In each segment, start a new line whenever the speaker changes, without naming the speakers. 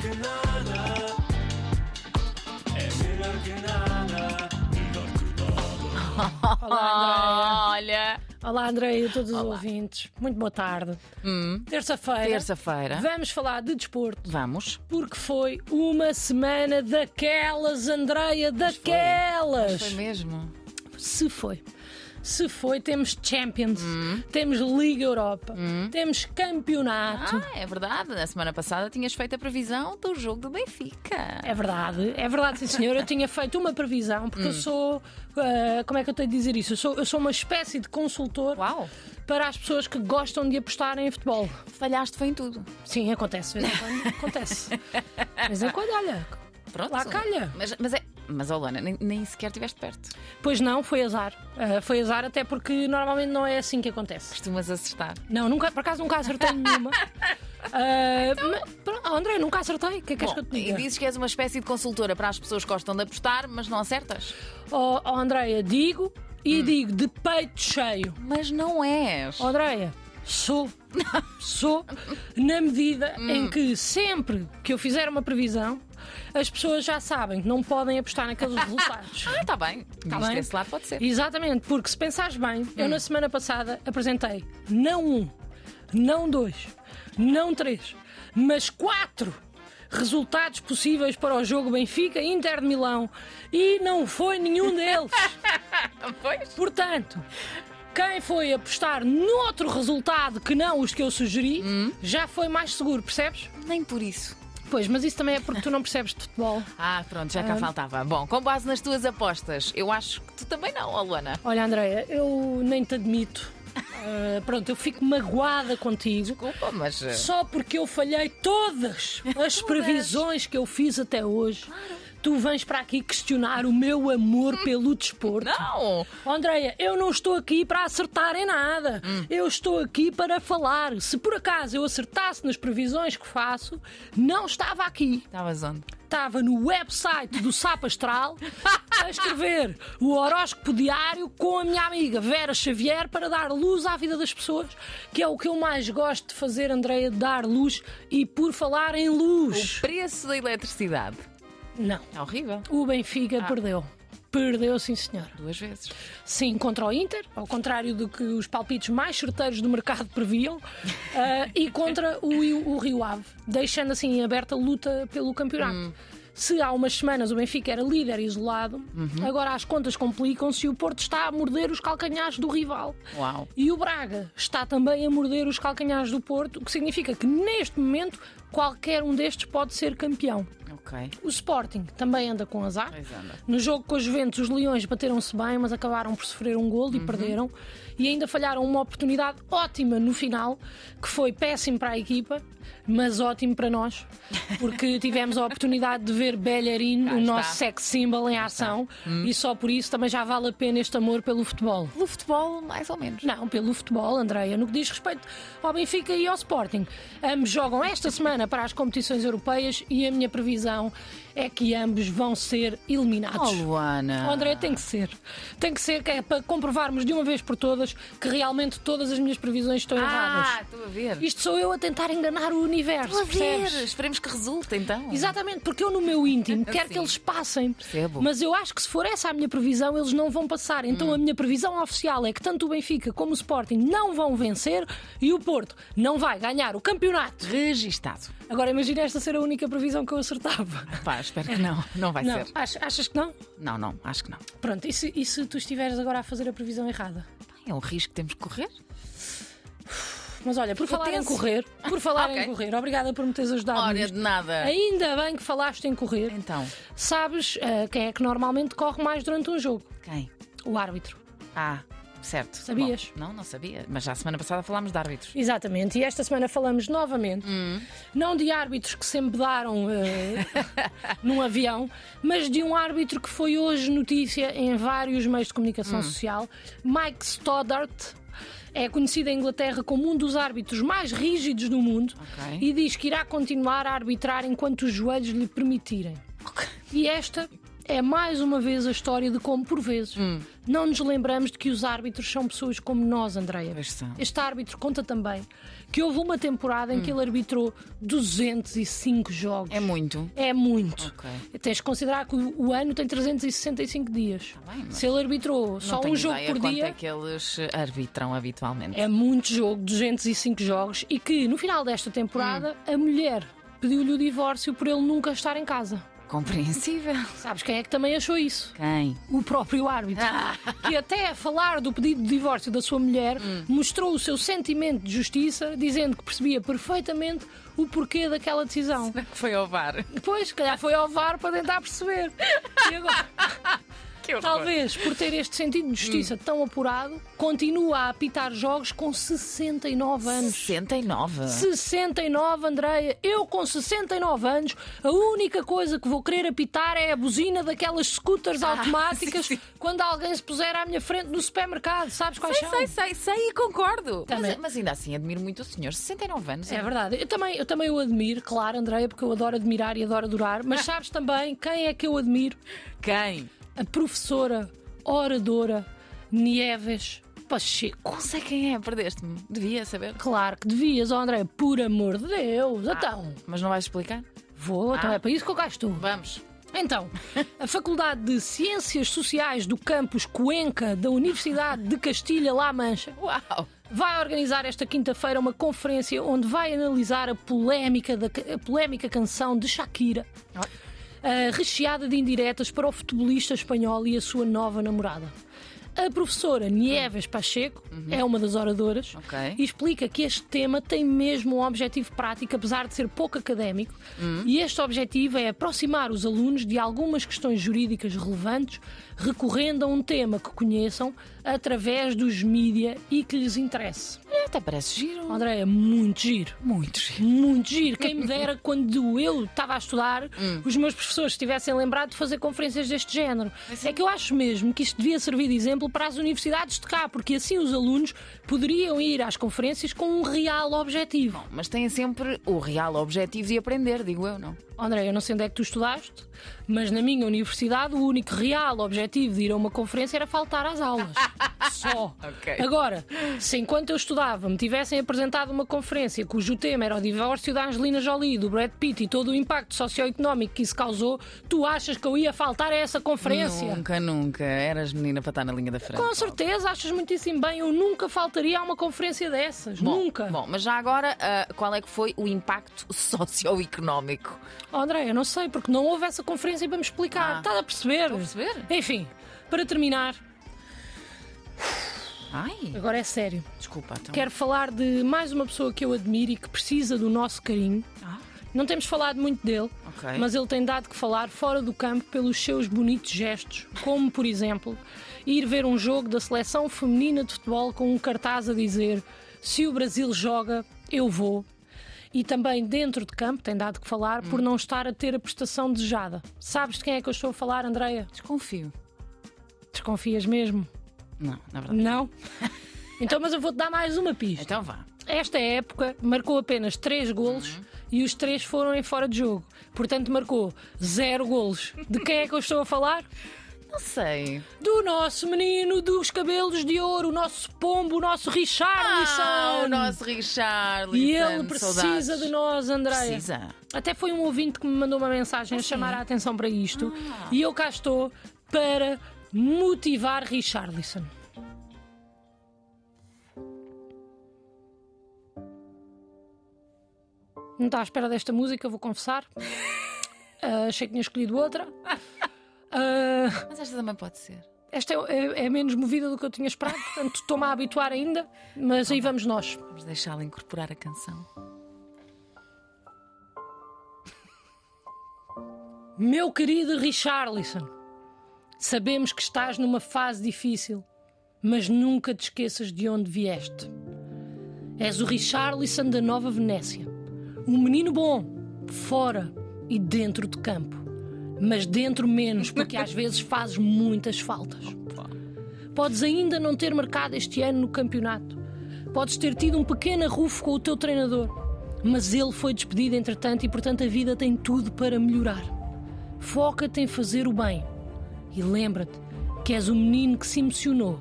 que nada. É melhor que nada. Melhor que nada.
Olá,
Olha,
Andréia. Olá, Andréia e todos os ouvintes. Muito boa tarde. Terça-feira.
Hum. terça-feira.
Vamos falar de desporto,
Vamos.
porque foi uma semana daquelas, Andréia, daquelas.
Foi mesmo.
Se foi. Se foi, temos Champions,
Hum.
temos Liga Europa, temos campeonato.
Ah, é verdade. Na semana passada tinhas feito a previsão do jogo do Benfica.
É verdade, é verdade, sim senhor. Eu tinha feito uma previsão, porque eu
Hum.
sou. ah, como é que eu tenho de dizer isso? Eu sou, eu sou uma espécie de consultor
Uau!
para as pessoas que gostam de apostar em futebol.
Falhaste foi em tudo.
Sim, acontece. De vez em quando acontece. De vez em quando, olha.
Pronto.
Lá calha.
Mas, mas é. Mas, Olana, nem, nem sequer estiveste perto.
Pois não, foi azar. Ah, foi azar, até porque normalmente não é assim que acontece.
Costumas acertar.
Não, nunca, por acaso nunca acertei nenhuma. Ah, mas, pronto, oh, André, nunca acertei. O que é que és que eu te
Então? Bom, e
diga?
dizes que és uma espécie de consultora para as pessoas que gostam de apostar, mas não acertas.
Oh, oh, Andréia, digo
Hum.
e digo de peito cheio.
Mas não és.
Oh, Andréia, sou. Sou na medida
Hum.
em que sempre que eu fizer uma previsão, as pessoas já sabem que não podem apostar naqueles resultados.
Ah, está bem. Tá
bem.
Desse lado pode ser. Hum.
Exatamente, porque se pensares bem, eu na semana passada apresentei não um, não dois, não três, mas quatro resultados possíveis para o jogo Benfica Inter de Milão e não foi nenhum deles.
Pois.
Portanto, quem foi apostar noutro resultado que não os que eu sugeri,
Hum.
já foi mais seguro, percebes?
Nem por isso.
Pois, mas isso também é porque tu não percebes de futebol.
Ah, pronto, já cá faltava. Bom, com base nas tuas apostas, eu acho que tu também não, ó Luana.
Olha, Andreia, eu nem te admito. Ah, pronto, eu fico magoada contigo.
Desculpa, mas. eh,
Só porque eu falhei todas as previsões que eu fiz até hoje, tu vens para aqui questionar o meu amor pelo desporto.
Não!
Andréia, eu não estou aqui para acertar em nada. Eu estou aqui para falar. Se por acaso eu acertasse nas previsões que faço, não estava aqui.
Estavas onde?
Estava no website do Sapo Astral a escrever o horóscopo diário com a minha amiga Vera Xavier para dar luz à vida das pessoas, que é o que eu mais gosto de fazer, Andreia, de dar luz e por falar em
O
luz.
preço da eletricidade.
Não,
Está É horrível.
o Benfica perdeu. Perdeu, sim, senhor.
Duas vezes.
Sim, contra o Inter, ao contrário do que os palpites mais certeiros do mercado previam, ah, e contra o, o Rio Ave, deixando assim em aberta a luta pelo campeonato.
Hum.
Se há umas semanas o Benfica era líder isolado,
Uhum.
agora as contas complicam-se e o Porto está a morder os calcanhares do rival.
Uau.
E o Braga está também a morder os calcanhares do Porto, o que significa que neste momento qualquer um destes pode ser campeão.
Ok.
O Sporting também anda com azar.
Pois é. anda.
No jogo com os Juventus, os Leões bateram-se bem, mas acabaram por sofrer um gol e
Uhum.
perderam. E ainda falharam uma oportunidade ótima no final, que foi péssimo para a equipa, mas ótimo para nós, porque tivemos a oportunidade de ver Bellerin,
Cá
o
está. Hum.
nosso sex symbol, em ação, e só por isso também já vale a pena este amor pelo futebol.
Pelo futebol, mais ou menos.
Não, pelo futebol, Andreia, no que diz respeito ao Benfica e ao Sporting. Ambos jogam esta semana para as competições europeias e a minha previsão é que ambos vão ser
Oh,
eliminados.
Luana.
André, tem que ser. Tem que ser, que é para comprovarmos de uma vez por todas que realmente todas as minhas previsões estão
Ah,
erradas.
estou a ver.
Isto sou eu a tentar enganar o universo,
Estou a ver.
percebes?
Esperemos que resulte então.
Exatamente, porque eu no meu íntimo quero que
Sim.
eles passem.
Percebo. Hum.
Mas eu acho que se for essa a minha previsão, eles não vão passar. Então a minha previsão oficial é que tanto o Benfica como o Sporting não vão vencer e o Porto não vai ganhar o campeonato.
Registado.
Agora imagina esta ser a única previsão que eu acertava.
Pá, espero que não. Não vai
Não,
ser.
ach- achas que não?
Não, não, acho que não.
Pronto, e se, e se tu estiveres agora a fazer a previsão errada?
Pá, É um risco que temos que correr.
Mas olha, por
Ficou
falar em
tenso.
correr, por falar
Ok.
em correr, obrigada por me teres ajudado.
Ora,
nisto.
de nada.
Ainda bem que falaste em correr.
Então,
Sabes ah, quem é que normalmente corre mais durante um jogo?
quem?
O árbitro.
Ah, certo.
Sabias?
Bom, não, não sabia. Mas já a semana passada falámos de árbitros.
Exatamente, e esta semana falamos novamente, não de árbitros que se embedaram eh, num avião, mas de um árbitro que foi hoje notícia em vários meios de
Hum.
comunicação social, Mike Stoddart. É conhecido em Inglaterra como um dos árbitros mais rígidos do mundo
Ok.
e diz que irá continuar a arbitrar enquanto os joelhos lhe permitirem. E esta é mais uma vez a história de como, por vezes,
Hum.
não nos lembramos de que os árbitros são pessoas como nós, Andreia.
Pois são.
Este árbitro conta também que houve uma temporada em que ele arbitrou 205 jogos.
Hum. É muito.
É muito.
Ok.
Tens de considerar que o o ano tem 365 dias.
Tá bem, mas-
Se ele arbitrou
Não
só
tenho
um jogo
ideia
por
quanto
dia.
é que eles arbitram habitualmente.
É muito jogo, 205 jogos, e que no final desta temporada
Hum.
a mulher pediu-lhe o divórcio por ele nunca estar em casa.
Compreensível.
Sabes quem é que também achou isso?
Quem?
O próprio árbitro,
Ah,
que até a falar do pedido de divórcio da sua mulher,
Hum.
mostrou o seu sentimento de justiça, dizendo que percebia perfeitamente o porquê daquela decisão.
Foi ao bar.
Depois, se calhar foi ao VAR para tentar perceber. E agora,
Que
talvez por ter este sentido de
Hum.
justiça tão apurado, continua a apitar jogos com 69 anos.
69.
69, Andreia. Eu com 69 anos, a única coisa que vou querer apitar é a buzina daquelas scooters automáticas
Ah, sim, sim.
quando alguém se puser à minha frente no supermercado. Sabes quais
Sei,
são?
sei, sei, sei e concordo. Mas,
Também.
mas ainda assim, admiro muito o senhor. 69 anos.
É verdade. Eu também, eu também o admiro, claro, Andreia, porque eu adoro admirar e adoro adorar. Mas sabes também quem é que eu admiro?
Quem?
A professora oradora Nieves Pacheco.
Não sei quem é, perdeste-me. Devia saber.
Claro que devias, oh Andréia, por amor de Deus. Então,
Mas não vais explicar?
vou, então
Ah.
é para isso que eu cá estou.
Vamos.
Então, a Faculdade de Ciências Sociais do campus Cuenca da Universidade de Castilha-La Mancha
Uau!
vai organizar esta quinta-feira uma conferência onde vai analisar a polémica, da, a polémica canção de Shakira, ah, recheada de indiretas para o futebolista espanhol e a sua nova namorada. A professora Nieves Pacheco é uma das oradoras
Ok.
e explica que este tema tem mesmo um objetivo prático, apesar de ser pouco académico, e este objetivo é aproximar os alunos de algumas questões jurídicas relevantes, recorrendo a um tema que conheçam através dos mídia e que lhes interesse.
Olha, até parece giro.
André, é muito giro.
Muito giro.
Muito giro. Quem me dera quando eu estava a estudar, os meus professores tivessem lembrado de fazer conferências deste género. É que eu acho mesmo que isto devia servir de exemplo para as universidades de cá, porque assim os alunos poderiam ir às conferências com um real objetivo.
Mas têm sempre o real objetivo de aprender, digo eu, não?
André, eu não sei onde é que tu estudaste, mas na minha universidade o único real objetivo de ir a uma conferência era faltar às aulas. Só.
Ok.
Agora, se enquanto eu estudava me tivessem apresentado uma conferência cujo tema era o divórcio da Angelina Jolie, do Brad Pitt e todo o impacto socioeconómico que isso causou, tu achas que eu ia faltar a essa conferência?
Nunca, nunca. Eras menina para estar na linha da frente.
Com certeza, achas muitíssimo bem. Eu nunca faltaria a uma conferência dessas.
Bom,
nunca.
Bom, mas já agora, ah, qual é que foi o impacto socioeconómico?
Oh, André, eu não sei, porque não houve essa conferência para me explicar.
Ah.
Estás a perceber?
a perceber.
Enfim, para terminar,
Ai,
agora é sério.
desculpa. Então.
Quero falar de mais uma pessoa que eu admiro e que precisa do nosso carinho.
Ah,
Não temos falado muito dele,
Ok.
mas ele tem dado que falar fora do campo pelos seus bonitos gestos, como, por exemplo, ir ver um jogo da seleção feminina de futebol com um cartaz a dizer: Se o Brasil joga, eu vou. E também dentro de campo tem dado que falar por não estar a ter a prestação desejada. Sabes de quem é que eu estou a falar, Andreia?
desconfio.
Desconfias mesmo?
Não, na verdade.
Não? Então, mas eu vou-te dar mais uma pista.
Então vá.
Esta época marcou apenas 3 golos e os 3 foram em fora de jogo. Portanto, marcou 0 golos. De quem é que eu estou a falar?
Não sei.
Do nosso menino dos cabelos de ouro, o nosso pombo, o nosso Richarlison.
Ah, o nosso Richarlison.
E ele precisa
saudades.
de nós, Andréia.
Precisa.
Até foi um ouvinte que me mandou uma mensagem a chamar a atenção para isto. E eu cá estou para motivar Richarlison. Não está à espera desta música, vou confessar. Ah, achei que tinha escolhido outra. Ah,
Mas esta também pode ser.
esta é, é- é menos movida do que eu tinha esperado, portanto estou-me a habituar ainda, mas aí vamos nós.
Vamos deixá-la incorporar a canção.
Meu querido Richarlison, sabemos que estás numa fase difícil, mas nunca te esqueças de onde vieste. És o Richarlison da Nova Venécia. Um menino bom, fora e dentro de campo. Mas dentro menos, porque às vezes fazes muitas faltas. Podes ainda não ter marcado este ano no campeonato. Podes ter tido um pequeno arrufo com o teu treinador. Mas ele foi despedido entretanto e, portanto, a vida tem tudo para melhorar. Foca-te em fazer o bem. E lembra-te que és o menino que se emocionou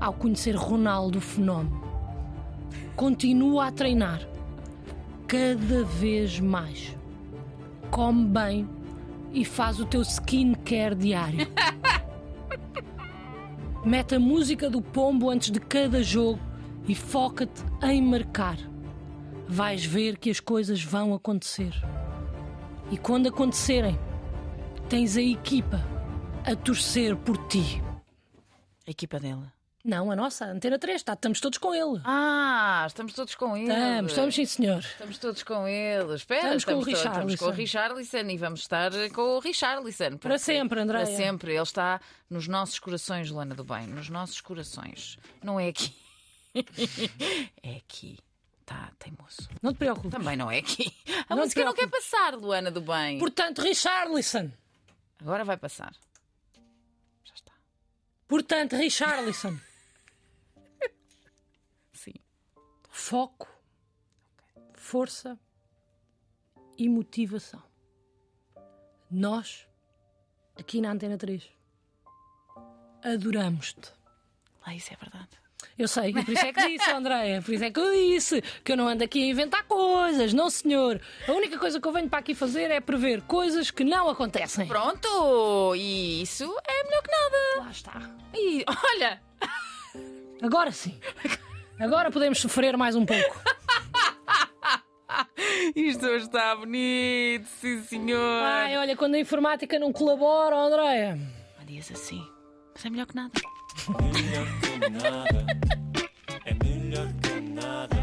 ao conhecer Ronaldo o Fenómeno. Continua a treinar cada vez mais. Come bem e faz o teu skincare diário. Mete a música do pombo antes de cada jogo e foca-te em marcar. Vais ver que as coisas vão acontecer. E quando acontecerem, tens a equipa a torcer por ti.
A equipa dela.
Não, a nossa, a Antena 3, tá, estamos todos com ele.
Ah, estamos todos com ele.
Estamos, estamos sim, senhor.
Estamos todos com ele. Espera,
Estamos com o
todos, estamos com o Richarlison e vamos estar com o Richarlison. porque-
sempre, Andréia.
Para sempre. Ele está nos nossos corações, Luana do Bem. Nos nossos corações. Não é aqui. é aqui. Tá, teimoso.
Não te preocupes.
Também não é aqui. A
Não te
música não quer
preocupes.
passar, Luana do Bem.
Portanto, Richarlison.
Agora vai passar. Já está.
Portanto, Richarlison.
Sim.
Foco, força e motivação. Nós, aqui na Antena 3, adoramos-te.
Lá isso é verdade.
Eu sei, por isso é que disse, Andréia, por isso é que eu disse que eu não ando aqui a inventar coisas, não senhor. A única coisa que eu venho para aqui fazer é prever coisas que não acontecem.
Pronto! E isso é melhor que nada.
Lá está.
E olha,
Agora sim. Agora podemos sofrer mais um pouco.
Isto hoje está bonito, sim senhor.
Ai, olha, quando a informática não colabora, Andréia.
Há dias assim, mas é melhor que nada.
Melhor que nada. É melhor que nada.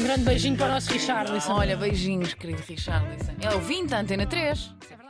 Um grande beijinho para o nosso Richarlison.
Olha, beijinhos, querido Richarlison. É o 20 da Antena 3. É verdade.